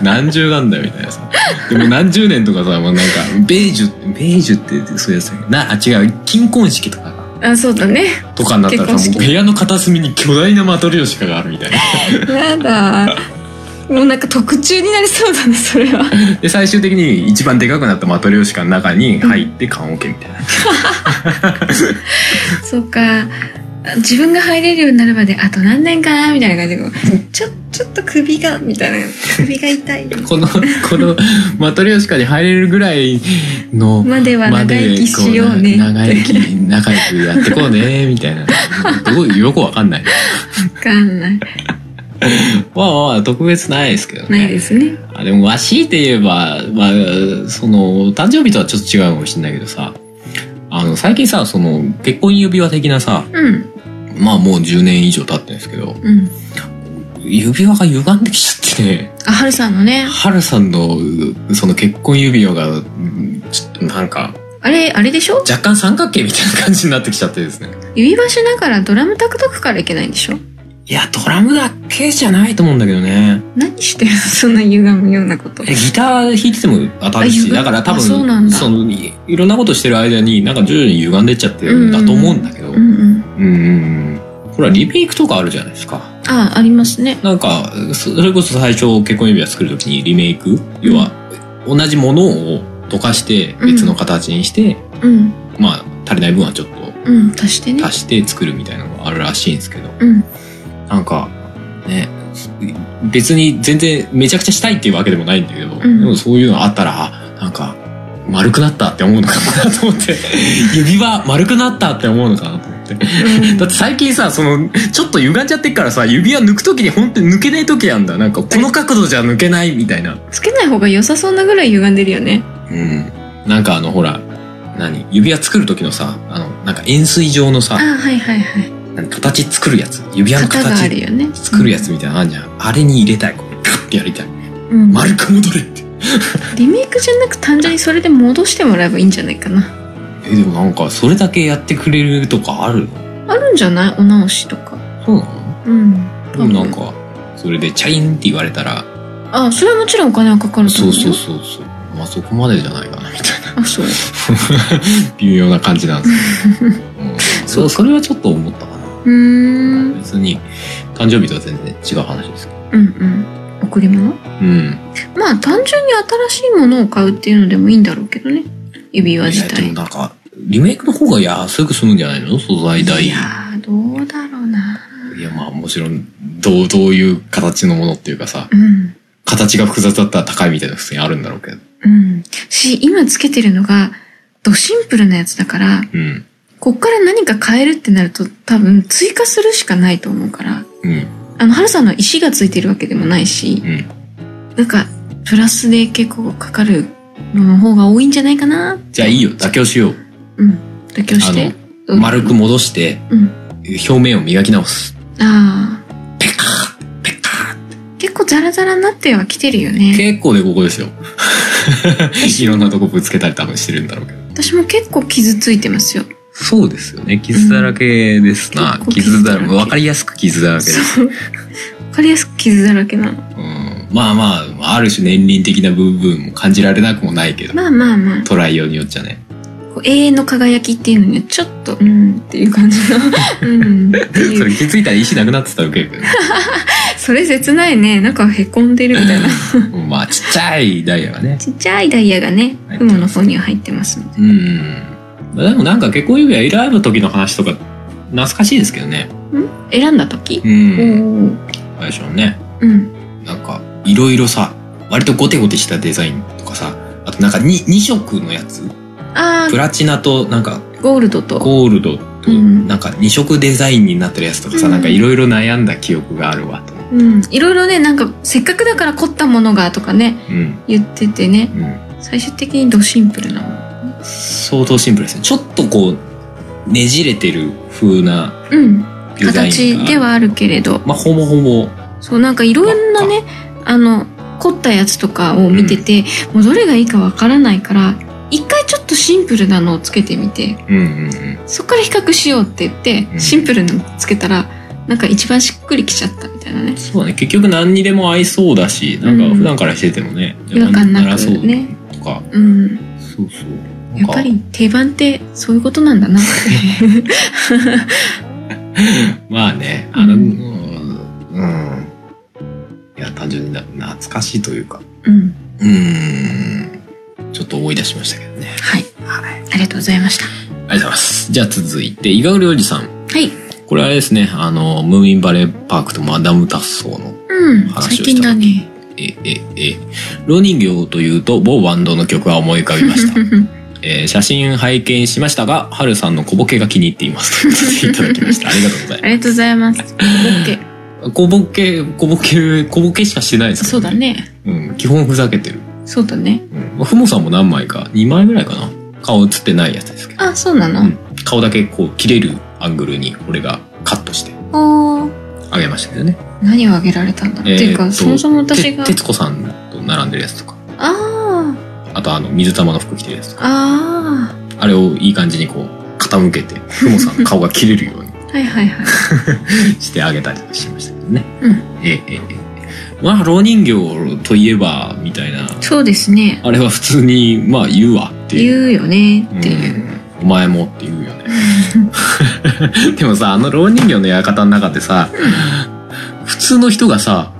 Speaker 1: 何十なんだよ、みたいなさ。でも何十年とかさ、もうなんか、ベージュ、ベージュってそういうやつだけど、な、あ、違う、金婚式とかか。
Speaker 2: あそうだね
Speaker 1: とかになったら
Speaker 2: 結
Speaker 1: さ、も
Speaker 2: 婚式
Speaker 1: う部屋の片隅に巨大なマトリョーシカがあるみた
Speaker 2: *laughs*
Speaker 1: いな。
Speaker 2: やだもうなんか特注になりそうだねそれは
Speaker 1: で、最終的に一番でかくなったマトリョーシカの中に入って缶オケみたいな。
Speaker 2: そうか自分が入れるようになるまであと何年かなみたいな感じでこうちょちょっと首がみたいな首が痛い
Speaker 1: *laughs* この、このマトリョーシカに入れるぐらいの、
Speaker 2: までは長生きしようね
Speaker 1: までこ長生き、仲良くやってこうね、みたいな。どうよくわかんない。
Speaker 2: わかんない
Speaker 1: まあまあ、特別ないですけどね。
Speaker 2: ないですね
Speaker 1: あでも、わしって言えば、まあ、その、誕生日とはちょっと違うかもしれないけどさ、あの、最近さ、その、結婚指輪的なさ、
Speaker 2: うん
Speaker 1: まあもう10年以上経ってるんですけど、
Speaker 2: うん
Speaker 1: 指輪が歪んできちゃってね、
Speaker 2: あはるさんのね
Speaker 1: ハルさんの、その結婚指輪が、ちょっとなんか、
Speaker 2: あれあれでしょ
Speaker 1: 若干三角形みたいな感じになってきちゃってですね。
Speaker 2: 指輪しながらドラムタクタクからいけないんでしょ
Speaker 1: いや、ドラムだけじゃないと思うんだけどね。
Speaker 2: 何してるの *laughs* そんな歪むようなこと
Speaker 1: えギター弾いてても当たる
Speaker 2: あ
Speaker 1: し、
Speaker 2: 歪む
Speaker 1: だから多分、
Speaker 2: あそうなんだ
Speaker 1: のい、いろんなことしてる間に、なんか徐々に歪んでっちゃってるんだと思うんだけど。う
Speaker 2: うんんうん
Speaker 1: うんうん。ほら、リメイクとかあるじゃないですか。
Speaker 2: あありますね
Speaker 1: なんか、そそれこそ最初結婚指輪作るときにリメイク、要は、同じものを溶かして別の形にして、
Speaker 2: うん
Speaker 1: まあ、足りない分はちょっと
Speaker 2: うん足してね
Speaker 1: 足して作るみたいなのがあるらしいんですけど、
Speaker 2: うん
Speaker 1: なんか、ね、別に全然めちゃくちゃしたいっていうわけでもないんだけど、
Speaker 2: ん
Speaker 1: でもそういうのあったら、あなんか、丸くなったって思うのかなと思
Speaker 2: *laughs*
Speaker 1: って、指輪丸くなったって思うのかなと思って。 *laughs* だって最近さ、その、ちょっと歪んじゃってっからさ、指輪抜くときに本当に抜けないときなんだ。なんか、この角度じゃ抜けないみたいな。
Speaker 2: つけない方が良さそうなぐらい歪んでるよね
Speaker 1: うん。なんかあの、ほら、何指輪作るときのさ、あの、なんか円錐状の
Speaker 2: あ
Speaker 1: さ、
Speaker 2: はいはいはい
Speaker 1: 何形作るやつ。指輪の
Speaker 2: 型があ
Speaker 1: 形
Speaker 2: るよね
Speaker 1: 作るやつみたいなのあるじゃん。あれに入れたい。こうガッてやりたい。
Speaker 2: うん
Speaker 1: 丸く戻れって。
Speaker 2: リメイクじゃなく単純にそれで戻してもらえばいいんじゃないかな
Speaker 1: え、でもなんか、それだけやってくれるとかあるの
Speaker 2: あるんじゃないお直しとか
Speaker 1: そうなの
Speaker 2: うん
Speaker 1: でもなんか、それでチャリンって言われたら、
Speaker 2: あそれはもちろんお金はかかると
Speaker 1: そ
Speaker 2: 思
Speaker 1: う
Speaker 2: う
Speaker 1: そう
Speaker 2: よ
Speaker 1: そうそう。まあそこまでじゃないかな、みたいな。
Speaker 2: あそう
Speaker 1: 微妙な感じなんです *laughs* けど。うんそう、それはちょっと思ったかな。
Speaker 2: うーん
Speaker 1: 別に、誕生日とは全然違う話ですけど。
Speaker 2: うんうん贈り物
Speaker 1: うん。
Speaker 2: まあ単純に新しいものを買うっていうのでもいいんだろうけどね指輪
Speaker 1: い
Speaker 2: 自
Speaker 1: やで
Speaker 2: 体
Speaker 1: もなんか、リメイクの方が安く済むんじゃないの素材代。
Speaker 2: いやーどうだろうない
Speaker 1: や、まあもちろん、どう、どういう形のものっていうかさ、
Speaker 2: うん
Speaker 1: 形が複雑だったら高いみたいなの普通にあるんだろうけど。
Speaker 2: うんし今つけてるのがドシンプルなやつだから
Speaker 1: うん。
Speaker 2: こっから何か変えるってなると多分追加するしかないと思うから
Speaker 1: うん。
Speaker 2: あの、ハルさんの石がついてるわけでもないし
Speaker 1: う、ん。
Speaker 2: なんか、プラスで結構かかるのの方が多いんじゃないかな。
Speaker 1: じゃあいいよ、妥協しよう。
Speaker 2: うん。妥協し
Speaker 1: あ
Speaker 2: て。うん
Speaker 1: 丸く。戻して、
Speaker 2: うん
Speaker 1: 表面を磨き直す。
Speaker 2: ああ。
Speaker 1: ペカーペカー
Speaker 2: 結構ザラザラになってはきてるよね。
Speaker 1: 結構でここ *laughs* ですよ。いろんなとこぶつけたり多分してるんだろうけど。
Speaker 2: 私も結構傷ついてますよ。
Speaker 1: そうですよね。傷だらけですな。
Speaker 2: うん
Speaker 1: 傷だら
Speaker 2: 結構傷だら
Speaker 1: け。
Speaker 2: け
Speaker 1: わかりやすく傷だらけです。
Speaker 2: そう。わかりやすく傷だらけな
Speaker 1: う
Speaker 2: の。
Speaker 1: んまあまあ、ある種年輪的な部分も感じられなくもないけど、
Speaker 2: まあまあまあ。
Speaker 1: トライ用によっちゃね。
Speaker 2: こう永遠の輝きっていうのにはちょっと、うんっていう感じ
Speaker 1: *laughs*
Speaker 2: の。うんって
Speaker 1: そ
Speaker 2: いう。
Speaker 1: れ気づいたら石なくなってたらウケるけどね、
Speaker 2: それ切ないね。なんか凹んでるみ
Speaker 1: *laughs*
Speaker 2: たいな。
Speaker 1: うんまあ、ちっちゃいダイヤがね。
Speaker 2: ちっちゃいダイヤがね、雲の方には入ってますので。
Speaker 1: うん。まあでもなんか結婚指輪選ぶ時の話とか、懐かしいですけどね。
Speaker 2: 選んだ時
Speaker 1: うん。
Speaker 2: おー
Speaker 1: 最初のね、
Speaker 2: うん
Speaker 1: なんか、いろいろさ、割とゴテゴテしたデザインとかさあとなんか 2, 2色のやつ
Speaker 2: あ
Speaker 1: プラチナとなんか
Speaker 2: あゴールドと
Speaker 1: ゴールドと
Speaker 2: うん
Speaker 1: なんか2色デザインになってるやつとかさ、
Speaker 2: うん
Speaker 1: なんかいろいろ悩んだ記憶があるわと、
Speaker 2: うんいろいろねなんかせっかくだから凝ったものがとかね
Speaker 1: うん
Speaker 2: 言っててね
Speaker 1: うん、
Speaker 2: 最終的にドシンプルなもの
Speaker 1: 相当シンプルですねちょっとこうねじれてる風な
Speaker 2: うん
Speaker 1: デザインが
Speaker 2: 形ではあるけれど
Speaker 1: まあほぼほぼ
Speaker 2: そうなんかいろんなねあの凝ったやつとかを見てて、もうどれがいいかわからないから一回ちょっとシンプルなのをつけてみて
Speaker 1: うんうんうん
Speaker 2: そこから比較しようって言って、
Speaker 1: うん
Speaker 2: シンプルなのつけたらなんか一番しっくりきちゃったみたいなね
Speaker 1: そうだね結局何にでも合いそうだしなんか普段からしててもね、
Speaker 2: ん違和感なくね
Speaker 1: そうとか
Speaker 2: うん
Speaker 1: そうそう
Speaker 2: やっぱり定番ってそういうことなんだなって
Speaker 1: *laughs* まあね、あの、
Speaker 2: う
Speaker 1: うんん、うんいや、単純にな懐かしいというか、
Speaker 2: うん
Speaker 1: うん、ちょっと思い出しましたけどね。
Speaker 2: はい
Speaker 1: はい。
Speaker 2: ありがとうございました
Speaker 1: ありがとうございます。じゃあ続いて、伊賀料理さん。
Speaker 2: はい
Speaker 1: これあれですね、あの、ムーミンバレーパークとマダムタッソーの、
Speaker 2: うん
Speaker 1: 話をし
Speaker 2: 最
Speaker 1: た
Speaker 2: 近だね
Speaker 1: え、え、え、老人形というと、某バンドの曲が思い浮かびま
Speaker 2: *laughs*
Speaker 1: した。えー写真拝見しましたが、ハルさんの小ボケが気に入っています。ということでいただき
Speaker 2: *laughs*
Speaker 1: ました。ありがとうござい
Speaker 2: あ
Speaker 1: ま
Speaker 2: りがとうございます OK
Speaker 1: *laughs* す。小ボケ、小ボケ、小ボケしかしてないです
Speaker 2: そうだ。ね
Speaker 1: うん、基本ふざけてる。
Speaker 2: そうだね
Speaker 1: うん。ふもさんも何枚か、2枚ぐらいかな。顔映ってないやつですけど。
Speaker 2: あそうな
Speaker 1: う
Speaker 2: の、
Speaker 1: ん顔だけこう切れるアングルに俺がカットして
Speaker 2: おー
Speaker 1: あげましたけどね。
Speaker 2: 何をあげられたんだろう、
Speaker 1: えー
Speaker 2: っていう
Speaker 1: っ
Speaker 2: か
Speaker 1: と
Speaker 2: そもそも私が
Speaker 1: て徹子さんと並んでるやつとか、
Speaker 2: あ
Speaker 1: あとあの水玉の服着てるやつと
Speaker 2: あ
Speaker 1: か、
Speaker 2: あ
Speaker 1: あれをいい感じにこう傾けて、ふもさんの顔が切れるように
Speaker 2: あはいはいはい
Speaker 1: してあげたりとかしましたけどね。
Speaker 2: うん
Speaker 1: えーえーえーまあ、老人形といえば、みたいな。
Speaker 2: そうですね
Speaker 1: あれは普通に、まあ言うわっていう。
Speaker 2: 言うよねっていう、
Speaker 1: うんお前もって言うよね。 *laughs* でもさ、あの老人形の館の中でさ、普通の人がさ、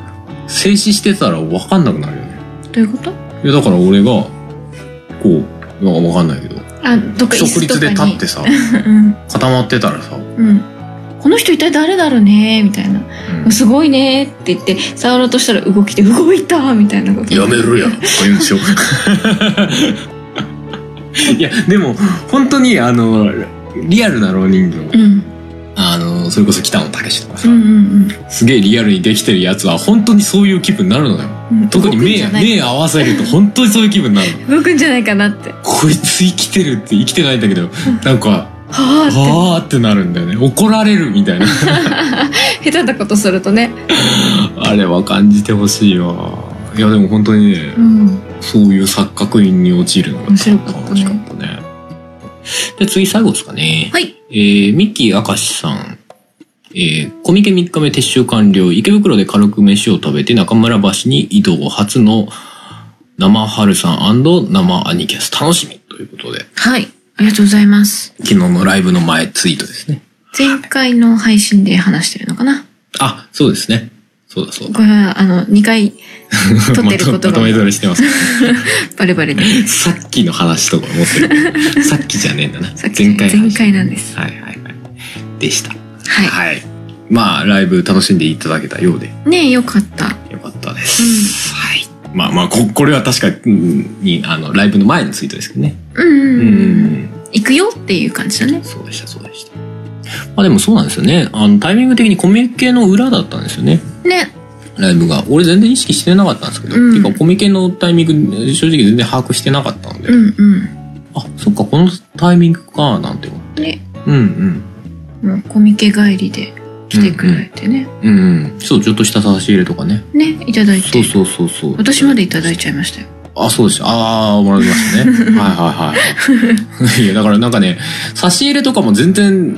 Speaker 1: 静止してたら分かんなくなるよね。
Speaker 2: どういうこと
Speaker 1: いや、だから俺が、こう、なんか分かんないけど、
Speaker 2: あどっか椅
Speaker 1: 直
Speaker 2: 子と
Speaker 1: 立で
Speaker 2: かに
Speaker 1: 立ってさ、
Speaker 2: うん
Speaker 1: 固まってたらさ、
Speaker 2: うんこの人一体誰だろうねみたいな
Speaker 1: うん
Speaker 2: すごいねって言って触ろうとしたら動きて動いたみたいなこと
Speaker 1: やめろや、とか言うんでしょ。 *laughs* いや、でも、本当に、あの、リアルな老人
Speaker 2: う
Speaker 1: 形、
Speaker 2: ん
Speaker 1: あの、それこそ北野武とか
Speaker 2: う
Speaker 1: さ、
Speaker 2: んうん
Speaker 1: すげえリアルにできてるやつは、本当にそういう気分になるのよ。
Speaker 2: うんうん
Speaker 1: 特に目
Speaker 2: 動くんじゃない
Speaker 1: 目合わせると本当にそういう気分に
Speaker 2: *laughs*
Speaker 1: なるの
Speaker 2: 動くんじゃないかなって
Speaker 1: こいつ生きてるって生きてないんだけどなんか「
Speaker 2: はあ
Speaker 1: あー」ってなるんだよね怒られるみ
Speaker 2: *laughs*
Speaker 1: たいな
Speaker 2: って下手なことするとね
Speaker 1: あれは感じてほしいわいやでも本当にね、
Speaker 2: うん
Speaker 1: そういう錯覚に陥るのが楽しかったね
Speaker 2: 面白か
Speaker 1: じゃあ次最後ですかね、
Speaker 2: はい
Speaker 1: えー、ミッキー明石さんえー、コミケ3日目撤収完了池袋で軽く飯を食べて中村橋に移動初の生春さん生アニキャス楽しみということで
Speaker 2: はいありがとうございます
Speaker 1: 昨日のライブの前ツイートですね。
Speaker 2: 前回の配信で話してるのかな
Speaker 1: あ、そうですね。そうだそうだ。
Speaker 2: これはあの2回撮ってるこ
Speaker 1: ま
Speaker 2: とが
Speaker 1: とまとめ取れしてます。
Speaker 2: バレバレで
Speaker 1: さっきの話とか持って
Speaker 2: *laughs*
Speaker 1: る。さっきじゃねえんだな。
Speaker 2: さっきじゃ
Speaker 1: *laughs* 前回の話
Speaker 2: 前回なんです
Speaker 1: はいはいはい。でした。
Speaker 2: は
Speaker 1: はい。まあ、ライブ楽しんでいただけたようで
Speaker 2: いねえよかった
Speaker 1: よかったです。はい。まあまあ、こ、これは確かに、あの、ライブの前のツイートですけどね。
Speaker 2: うんう
Speaker 1: う
Speaker 2: んうんうん
Speaker 1: ん。
Speaker 2: 行くよっていう感じだね
Speaker 1: そうでした、そうでした。まあでもそうなんですよね。あの、タイミング的にコミケの裏だったんですよね。
Speaker 2: ね
Speaker 1: ライブが俺全然意識してなかったんですけど、
Speaker 2: うん
Speaker 1: てかコミケのタイミング正直全然把握してなかったので、
Speaker 2: うんうん
Speaker 1: あそっかこのタイミングかなんて思う
Speaker 2: ね
Speaker 1: うんうん
Speaker 2: もうコミケ帰りで来てくれてね、
Speaker 1: うんうんそうちょっとした差し入れとかね
Speaker 2: ねいただいて
Speaker 1: そうそうそうそう
Speaker 2: 私までいただいちゃいましたよ
Speaker 1: あそうでしたああもらいましたねはい
Speaker 2: *laughs*
Speaker 1: はいはいいやだからなんかね差し入れとかも全然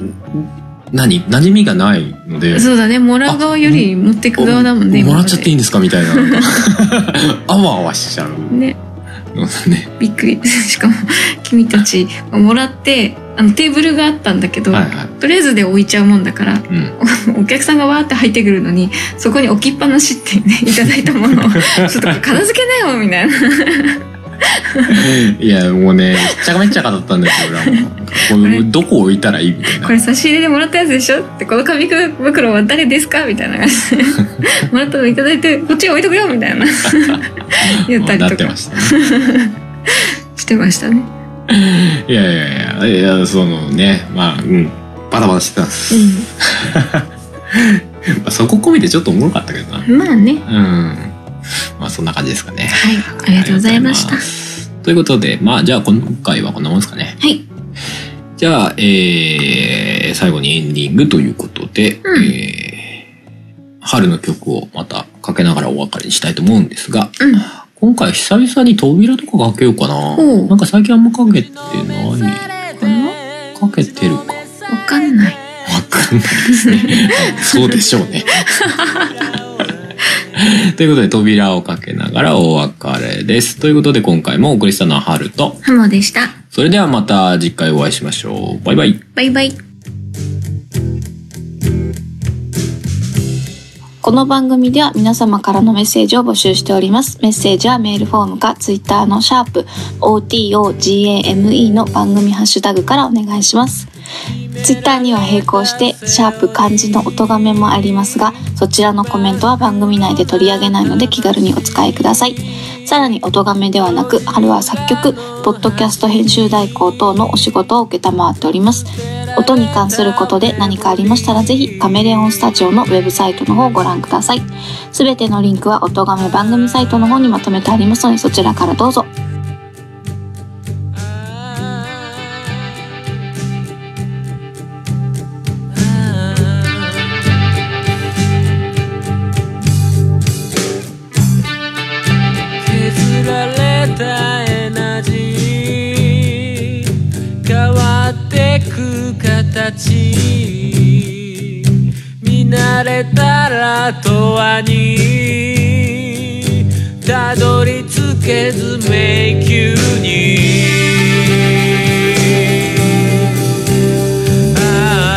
Speaker 1: 何馴染みがないので
Speaker 2: そうだねもらう側より持ってく側だもんね
Speaker 1: お
Speaker 2: 今
Speaker 1: もらっ
Speaker 2: まで
Speaker 1: ちゃっていいんですかみた
Speaker 2: *laughs*
Speaker 1: いなあわあわしちゃう
Speaker 2: ね
Speaker 1: のでね
Speaker 2: びっくり *laughs* しかも君たちもらってあのテーブルがあったんだけど、
Speaker 1: はいはい
Speaker 2: とりあえずで置いちゃうもんだから *laughs*
Speaker 1: うん
Speaker 2: お客さんがわーって入ってくるのにそ *laughs* こに置きっぱなしってねいただいたものをちょっと片付けなよみたいな
Speaker 1: いやもうねひっちゃかめっちゃかだったんですよ裏もなんかこれどこ置いたらいいみたいな
Speaker 2: これ差し入れでもらったやつでしょってこの紙袋は誰ですかみたいな感じ
Speaker 1: *laughs*
Speaker 2: でもらったのいただいてこっちに置いとくよみたいな言った
Speaker 1: なっ
Speaker 2: り
Speaker 1: て
Speaker 2: と
Speaker 1: ま
Speaker 2: か
Speaker 1: したね
Speaker 2: してましたね。
Speaker 1: いやいやいやいやそのねまあうんバタバタしてたんです、まあそこ込みでちょっとおもろかったけどな
Speaker 2: うん、まあね。
Speaker 1: うんまあそんな感じですかね
Speaker 2: はい、ありがとうございまし
Speaker 1: あり
Speaker 2: た。
Speaker 1: がとうございまということでまあじゃあ今回はこんなもんですかね
Speaker 2: はい、
Speaker 1: じゃあ、えー、最後にエンディングということで、
Speaker 2: うん
Speaker 1: えー春の曲をまたかけながらお別れにしたいと思うんですが、
Speaker 2: うん
Speaker 1: 今回久々に扉とかかけようかな。
Speaker 2: おう
Speaker 1: なんか最近あんまかけてない。
Speaker 2: この
Speaker 1: かけてるか。
Speaker 2: わかんない。
Speaker 1: わかんないですね。そうでしょうね。ということで、扉をかけながらお別れです。ということで、今回もお送りしたのは春と、
Speaker 2: ハモでした。
Speaker 1: それではまた次回お会いしましょう。バイバイ。
Speaker 2: バイバイ。
Speaker 3: この番組では皆様からのメッセージを募集しております。メッセージはメールフォームか Twitter のシャープ o t o g a m e の番組ハッシュタグからお願いします。Twitter には並行してシャープ漢字の音がめもありますが、そちらのコメントは番組内で取り上げないので気軽にお使いください。さらに音がめではなく、春は作曲、ポッドキャスト編集代行等のお仕事を承っております。音に関することで何かありましたらぜひカメレオンスタジオのウェブサイトの方をご覧ください。すべてのリンクは音がめ番組サイトの方にまとめてありますのでそちらからどうぞ。
Speaker 4: 削られたエナジー変わってく形見慣れたら永遠にたどり着けず迷宮にあああ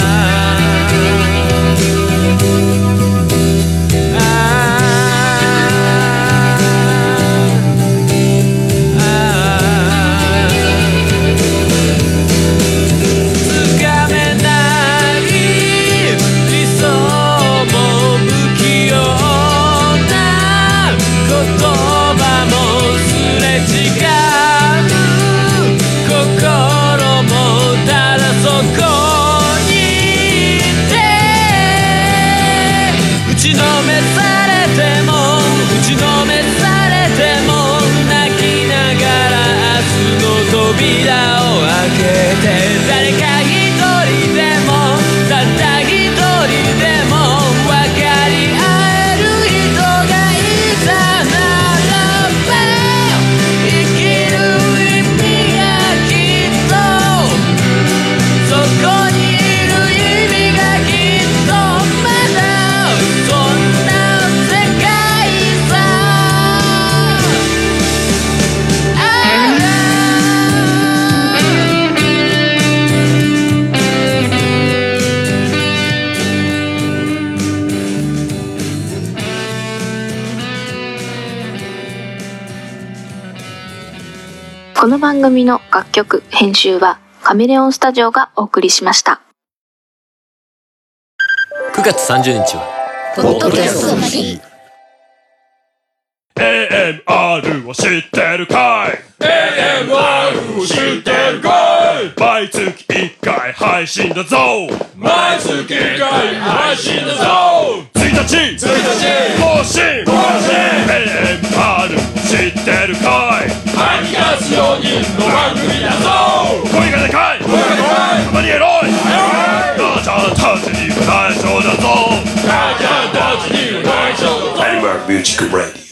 Speaker 4: あ「疲れめない理想も不器用な言葉もすれ違う」「心もただそこにいて」「打ちのめされても打ちのめされても」「泣きながら明日の扉を開けて」「誰か一人でもたった一人でも分かり合える人がいたならば」「生きる意味がきっと」「そこにいる意味がきっとまだそんな世界さ」「ああ」
Speaker 3: この番組の楽曲、編集はカメレオンスタジオがお送りしました。
Speaker 5: 9月30日は
Speaker 2: ポッドキャストの日。
Speaker 6: AMR を知ってるかい AMR を知ってるかい毎月1回配信だぞ毎月1回配信だぞ1日1日更新更新 AMR 知ってるかい吐き出す4人の番組だぞ声がでかい声がでかいたまにエロいガチャンたちに大将だぞガチャンたちに大将だぞ AMR Music Radio